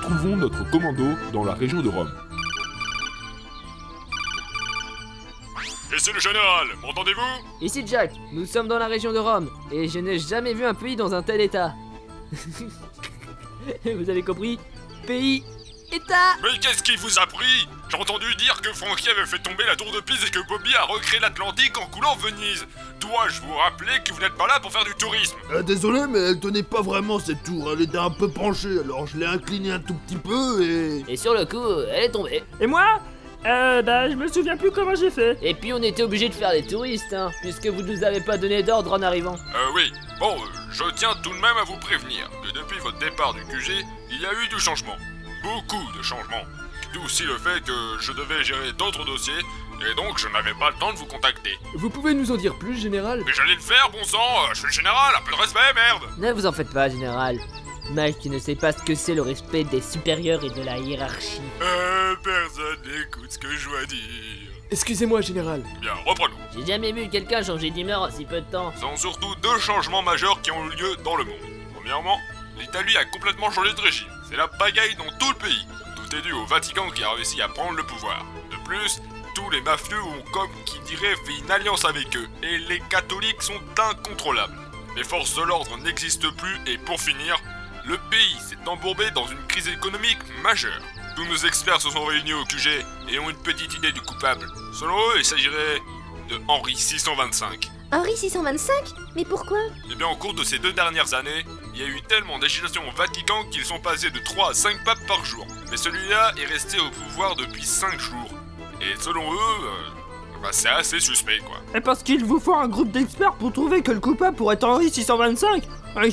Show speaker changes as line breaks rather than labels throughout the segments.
trouvons notre commando dans la région de Rome.
Ici le général, m'entendez-vous
Ici Jack, nous sommes dans la région de Rome, et je n'ai jamais vu un pays dans un tel état. Vous avez compris Pays, état
Mais qu'est-ce qui vous a pris J'ai entendu dire que Frankie avait fait tomber la tour de Pise et que Bobby a recréé l'Atlantique en coulant Venise. Dois-je vous rappeler que vous n'êtes pas là pour faire du tourisme
Euh, désolé, mais elle tenait pas vraiment cette tour, elle était un peu penchée, alors je l'ai inclinée un tout petit peu et.
Et sur le coup, elle est tombée.
Et moi Euh, bah, je me souviens plus comment j'ai fait.
Et puis on était obligé de faire les touristes, hein, puisque vous nous avez pas donné d'ordre en arrivant.
Euh oui, bon, euh, je tiens tout de même à vous prévenir que depuis votre départ du QG, il y a eu du changement. Beaucoup de changements. D'où aussi le fait que je devais gérer d'autres dossiers, et donc je n'avais pas le temps de vous contacter.
Vous pouvez nous en dire plus, général
Mais j'allais le faire, bon sang, euh, je suis le général, un peu de respect, merde
Ne vous en faites pas, général. Mike ne sait pas ce que c'est le respect des supérieurs et de la hiérarchie.
Euh, personne n'écoute ce que je dois dire.
Excusez-moi, général.
Bien, reprenons.
J'ai jamais vu quelqu'un changer d'humeur en si peu de temps.
Ce sont surtout deux changements majeurs qui ont eu lieu dans le monde. Premièrement, l'Italie a complètement changé de régime. C'est la pagaille dans tout le pays. Tout est dû au Vatican qui a réussi à prendre le pouvoir. De plus, tous les mafieux ont, comme qui dirait, fait une alliance avec eux. Et les catholiques sont incontrôlables. Les forces de l'ordre n'existent plus et pour finir, le pays s'est embourbé dans une crise économique majeure. Tous nos experts se sont réunis au QG et ont une petite idée du coupable. Selon eux, il s'agirait de Henri 625.
Henri 625 Mais pourquoi
Eh bien, au cours de ces deux dernières années, il y a eu tellement d'agitation au Vatican qu'ils sont passés de 3 à 5 papes par jour. Mais celui-là est resté au pouvoir depuis 5 jours. Et selon eux, euh, bah, c'est assez suspect, quoi.
Et parce qu'il vous faut un groupe d'experts pour trouver que le coupable pourrait être Henri 625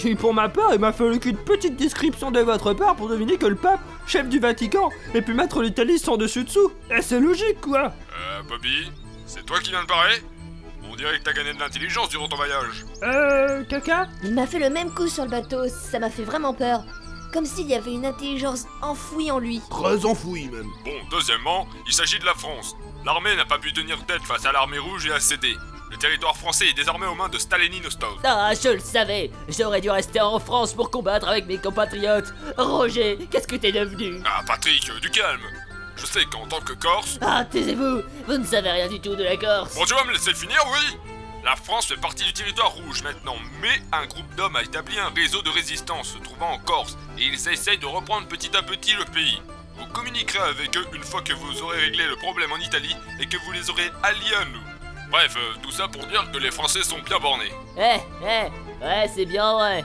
Et pour ma part, il m'a fallu qu'une petite description de votre part pour deviner que le pape, chef du Vatican, ait pu mettre l'Italie sans dessus-dessous. Et c'est logique, quoi
Euh, Bobby, c'est toi qui viens de parler On dirait que t'as gagné de l'intelligence durant ton voyage.
Euh, caca
Il m'a fait le même coup sur le bateau, ça m'a fait vraiment peur. Comme s'il y avait une intelligence enfouie en lui.
Très enfouie même.
Bon, deuxièmement, il s'agit de la France. L'armée n'a pas pu tenir tête face à l'armée rouge et a cédé. Le territoire français est désormais aux mains de Stalinostov.
Ah, je le savais J'aurais dû rester en France pour combattre avec mes compatriotes Roger, qu'est-ce que t'es devenu
Ah, Patrick, euh, du calme Je sais qu'en tant que Corse,
Ah, taisez-vous Vous ne savez rien du tout de la Corse
Bon, tu vas me laisser finir, oui La France fait partie du territoire rouge maintenant, mais un groupe d'hommes a établi un réseau de résistance se trouvant en Corse, et ils essayent de reprendre petit à petit le pays. Vous communiquerez avec eux une fois que vous aurez réglé le problème en Italie et que vous les aurez alliés à nous. Bref, euh, tout ça pour dire que les Français sont bien bornés.
Eh, eh Ouais, c'est bien vrai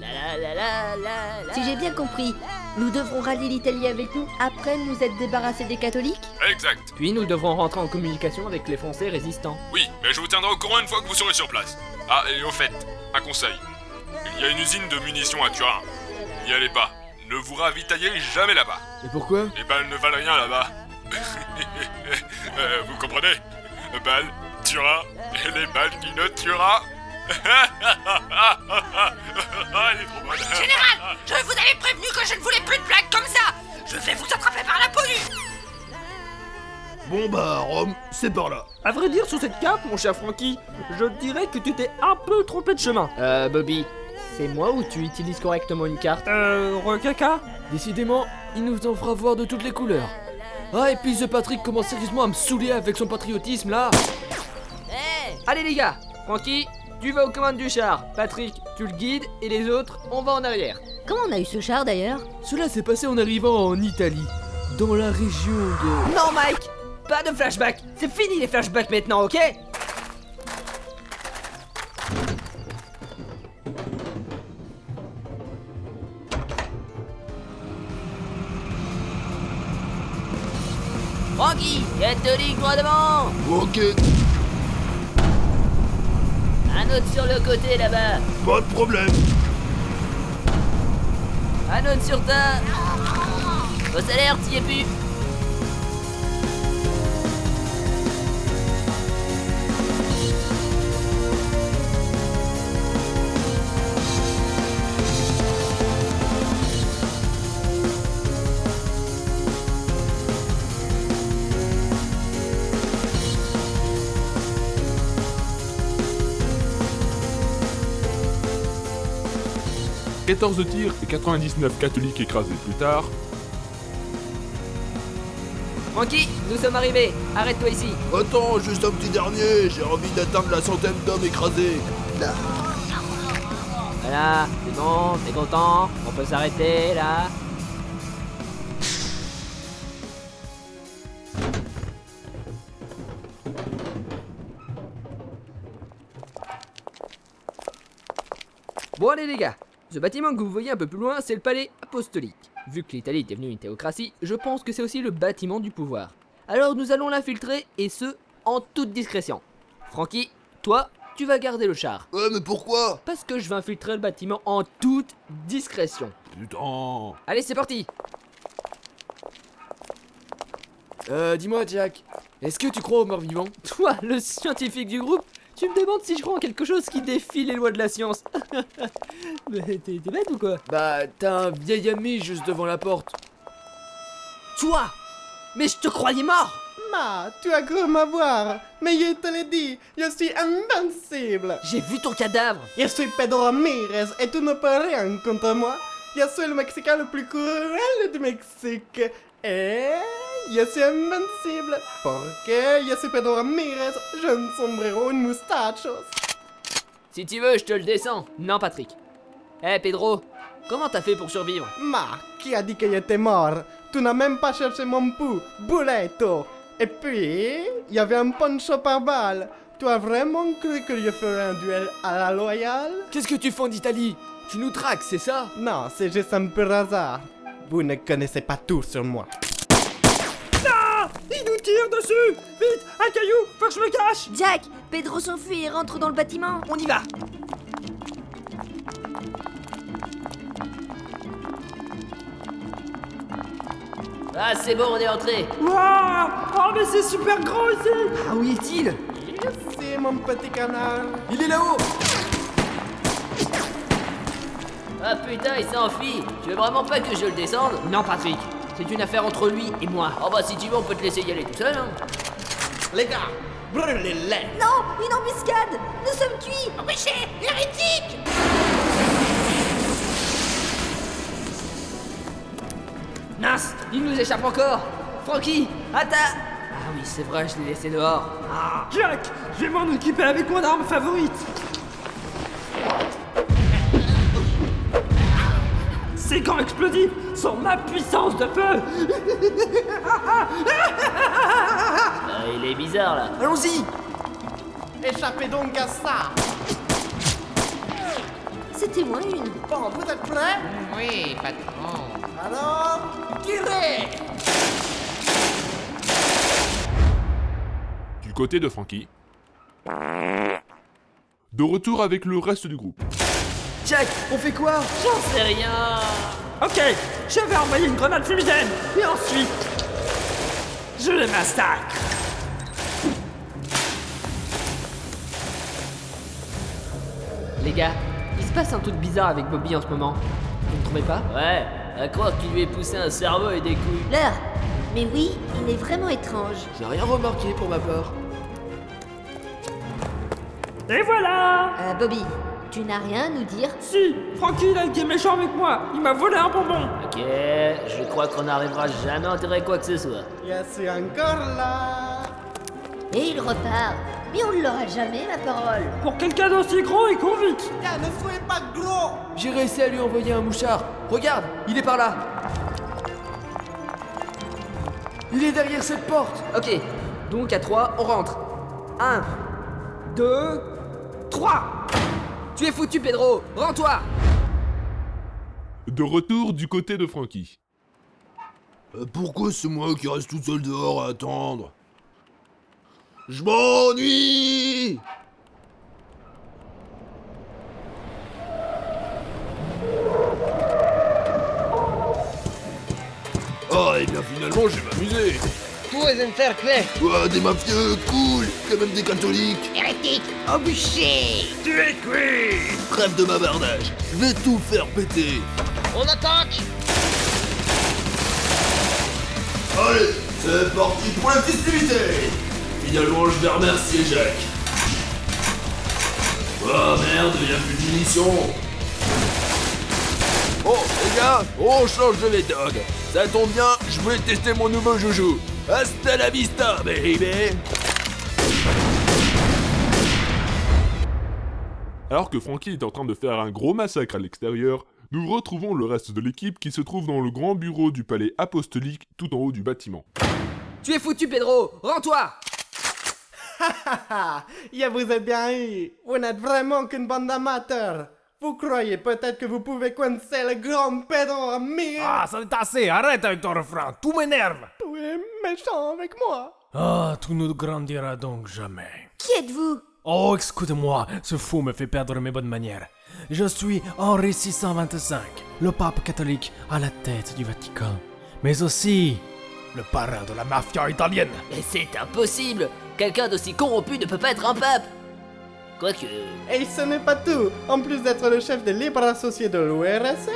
La la la la la la
Si j'ai bien compris, nous devrons rallier l'Italie avec nous après nous être débarrassés des catholiques
Exact.
Puis nous devrons rentrer en communication avec les Français résistants.
Oui, mais je vous tiendrai au courant une fois que vous serez sur place. Ah, et au fait, un conseil. Il y a une usine de munitions à Turin. N'y allez pas. Ne vous ravitaillez jamais là-bas.
Et pourquoi
Les balles ne valent rien là-bas. Euh, vous comprenez Les balles tuera et les balles qui ne tuera. Elle Ah, est trop bonne.
Général, je vous avais prévenu que je ne voulais plus de blagues comme ça Je vais vous attraper par la peau du...
Bon bah, Rome, c'est par là.
À vrai dire, sur cette carte, mon cher Francky, je dirais que tu t'es un peu trompé de chemin.
Euh, Bobby, c'est moi ou tu utilises correctement une carte
Euh, caca
Décidément, il nous en fera voir de toutes les couleurs. Ah, et puis The Patrick commence sérieusement à me saouler avec son patriotisme là
Allez les gars Francky, tu vas aux commandes du char Patrick, tu le guides, et les autres, on va en arrière
Comment on a eu ce char d'ailleurs
Cela s'est passé en arrivant en Italie, dans la région de.
Non, Mike Pas de flashback C'est fini les flashbacks maintenant, ok Francky, catholique droit devant
Ok,
Un autre sur le côté là-bas
pas de problème.
Un autre sur ta... Au salaire, t'y es plus
de tirs et 99 catholiques écrasés plus tard,
Francky, nous sommes arrivés. Arrête-toi ici.
Attends, juste un petit dernier, j'ai envie d'atteindre la centaine d'hommes écrasés. Ah,
Voilà, c'est bon, t'es content. On peut s'arrêter là. Bon allez les gars, ce bâtiment que vous voyez un peu plus loin, c'est le palais apostolique. Vu que l'Italie est devenue une théocratie, je pense que c'est aussi le bâtiment du pouvoir. Alors nous allons l'infiltrer et ce, en toute discrétion. Francky, toi, tu vas garder le char
Ouais, mais pourquoi
parce que je vais infiltrer le bâtiment en toute discrétion.
Putain
Allez, c'est parti
Euh, dis-moi, Jack, est-ce que tu crois aux morts vivants
Toi, le scientifique du groupe, tu me demandes si je crois en quelque chose qui défie les lois de la science. Mais t'es t'es bête ou quoi
Bah, t'as un vieil ami juste devant la porte.
Toi Mais je te croyais mort
Ma, tu as cru m'avoir, mais je te l'ai dit, je suis invincible.
J'ai vu ton cadavre
Je suis Pedro Ramirez et tu ne peux rien contre moi. Je suis le Mexicain le plus cruel du Mexique. Et je suis invincible. Porque je suis Pedro Ramirez, j'ai un sombrero, une moustache.
Si tu veux, je te le descends. Non, Patrick. Eh, Pedro, comment t'as fait pour survivre
Ma, qui a dit que j'étais mort Tu n'as même pas cherché mon pouls, Bulletto. Et puis, il y avait un poncho par balle. Tu as vraiment cru que je ferais un duel à la loyale
Qu'est-ce que tu fais en Italie Tu nous traques, c'est ça
Non, c'est juste un pur hasard. Vous ne connaissez pas tout sur moi.
Il nous tire dessus Vite Un caillou Faut que je me cache
Jack, Pedro s'enfuit et rentre dans le bâtiment.
On y va
Ah, c'est bon, on est entré.
Waouh Oh mais c'est super grand ici
Ah, où est-il
Merci mon petit canard.
Il est là-haut
Ah putain, il s'enfuit Tu veux vraiment pas que je le descende Non, Patrick. C'est une affaire entre lui et moi. Oh bah si tu veux, on peut te laisser y aller tout seul, hein.
Les gars, brûlez-les.
Non, une embuscade Nous sommes cuits
Empêchez Hérétique
Mince, il nous échappe encore Francky, atta Ah oui, c'est vrai, je l'ai laissé dehors.
Jack Je vais m'en occuper avec mon arme favorite Ces gants explosifs sont ma puissance de feu
Ah, il est bizarre, là.
Allons-y
Échappez donc à ça.
C'était moins une.
Bon, vous êtes prêts
Oui, patron.
Alors, tirez
Du côté de Frankie. De retour avec le reste du groupe.
Jack, on fait quoi
J'en sais rien
Ok, je vais envoyer une grenade fumigène et ensuite je les massacre.
Les gars, il se passe un truc bizarre avec Bobby en ce moment. Vous ne trouvez pas Ouais, à croire qu'il lui ait poussé un cerveau et des couilles.
L'heure Mais oui, il est vraiment étrange.
J'ai rien remarqué pour ma part.
Et voilà
Euh, Bobby, tu n'as rien à nous dire
Si, Francky il a été méchant avec moi, il m'a volé un bonbon.
Ok, je crois qu'on n'arrivera jamais à enterrer quoi que ce soit.
Je suis encore là.
Et il repart. Mais on ne l'aura jamais, ma parole.
Pour quelqu'un d'aussi gros et convict.
Tiens, ne soyez pas gros.
J'ai réussi à lui envoyer un mouchard. Regarde, il est par là. Il est derrière cette porte.
Ok, donc à 3, on rentre. 1, 2, 3 Tu es foutu, Pedro Rends-toi
De retour du côté de Frankie.
Euh, Pourquoi c'est moi qui reste tout seul dehors à attendre Je m'ennuie Ah, et bien finalement, je vais m'amuser Ouais, des mafieux, cool Quand même des catholiques
Hérétique Embûché
Trêve de bavardage Je vais tout faire péter
On attaque
Allez, c'est parti pour la festivité Finalement, je vais remercier Jacques. Oh merde, il n'y a plus de munitions Oh, les gars, on change de méthode Ça tombe bien, je voulais tester mon nouveau joujou Hasta la vista, baby
Alors que Frankie est en train de faire un gros massacre à l'extérieur, nous retrouvons le reste de l'équipe qui se trouve dans le grand bureau du palais apostolique tout en haut du bâtiment.
Tu es foutu, Pedro Rends-toi
Ah, il vous a bien eu. Vous n'êtes vraiment qu'une bande d'amateurs. Vous croyez peut-être que vous pouvez coincer le grand pédant, mais...
Ah, ça est assez, arrête avec ton refrain, tout m'énerve
Tu es méchant avec moi.
Ah, tu ne grandiras donc jamais.
Qui êtes-vous
Oh, excuse-moi, ce fou me fait perdre mes bonnes manières. Je suis Henri 625, le pape catholique à la tête du Vatican, mais aussi le parrain de la mafia italienne.
Mais c'est impossible Quelqu'un d'aussi corrompu ne peut pas être un pape Quoique...
Et ce n'est pas tout. En plus d'être le chef des libres associés de l'URSS,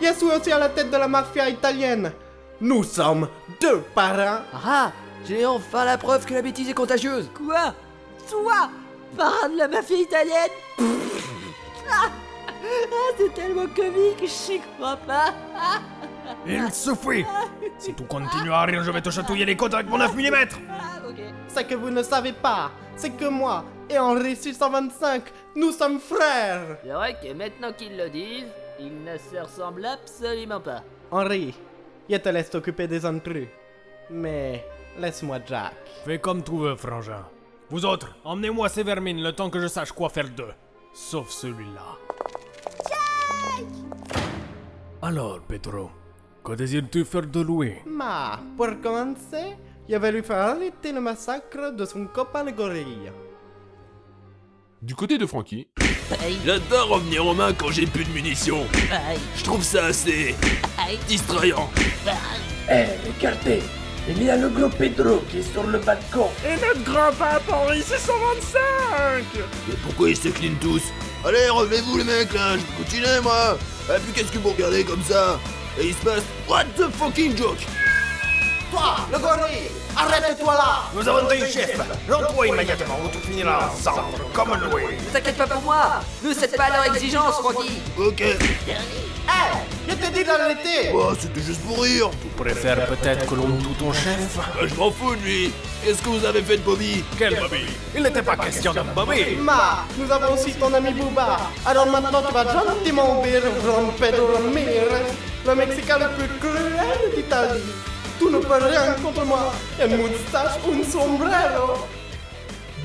Yasu est aussi à la tête de la mafia italienne. Nous sommes deux parrains.
Ah J'ai enfin la preuve que la bêtise est contagieuse
Quoi Toi Parrain de la mafia italienne Ah, ah, c'est tellement comique, j'y crois pas
Il suffit Si tu continues à rire, je vais te chatouiller les côtes avec mon 9 mm
Ah, ok.
Ce que vous ne savez pas, c'est que moi et Henri 625, nous sommes frères.
C'est vrai que maintenant qu'ils le disent, ils ne se ressemblent absolument pas.
Henri, je te laisse t'occuper des intrus. Mais laisse-moi Jack.
Fais comme tu veux, frangin. Vous autres, emmenez-moi ces vermines le temps que je sache quoi faire d'eux. Sauf celui-là. Alors, Pedro, que désires-tu faire de lui
Ma, pour commencer, je vais lui faire arrêter le massacre de son copain le gorille.
Du côté de Frankie,
J'adore revenir en main quand j'ai plus de munitions. Je trouve ça assez distrayant.
Eh, regardez Il y a le gros Pedro qui est sur le balcon.
Mais pourquoi ils se clinent tous Allez, relevez-vous les mecs là, je continue moi Ah plus qu'est-ce que vous regardez comme ça Et il se passe What the fucking joke
Toi, le gorille, arrête-toi là
Nous avons des chefs Rends-toi immédiatement ou tu finiras ensemble, comme lui
Ne t'inquiète pas pour moi Ne cède pas à leur exigence, Francky
Ok,
Je t'ai dit d'arrêter
oh, c'était juste pour rire
Tu préfères peut-être que l'on tout ton chef
Bah, Je m'en fous de lui Qu'est-ce que vous avez fait de Bobby
Quel Bobby Il n'était pas question d'un Bobby
Ma, nous avons aussi ton ami Booba. Alors maintenant, tu vas gentiment obéir au grand Pedro Ramirez, le Mexicain le plus cruel d'Italie. Tu ne peux rien contre moi. Une moustache, un sombrero.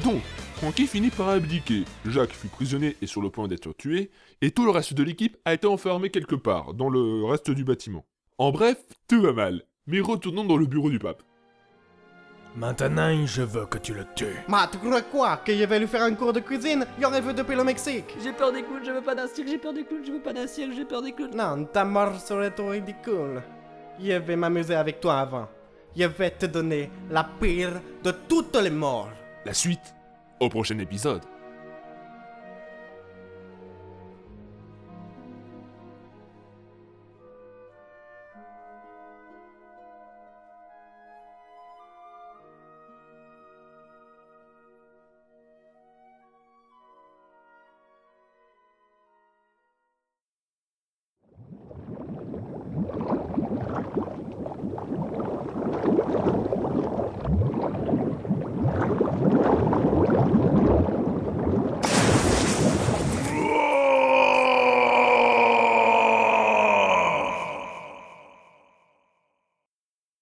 donc, Frankie finit par abdiquer, Jacques fut prisonnier et sur le point d'être tué, et tout le reste de l'équipe a été enfermé quelque part, dans le reste du bâtiment. En bref, tout va mal. Mais retournons dans le bureau du pape.
Maintenant, je veux que tu le tues.
Ma, tu crois quoi Que je vais lui faire un cours de cuisine Il en rêve depuis le Mexique.
J'ai peur des clowns, je veux pas d'un cirque, j'ai peur des clowns, je veux pas d'un ciel, j'ai peur des clowns.
Non, ta mort serait trop ridicule. Je vais m'amuser avec toi avant. Je vais te donner la pire de toutes les morts.
La suite, au prochain épisode.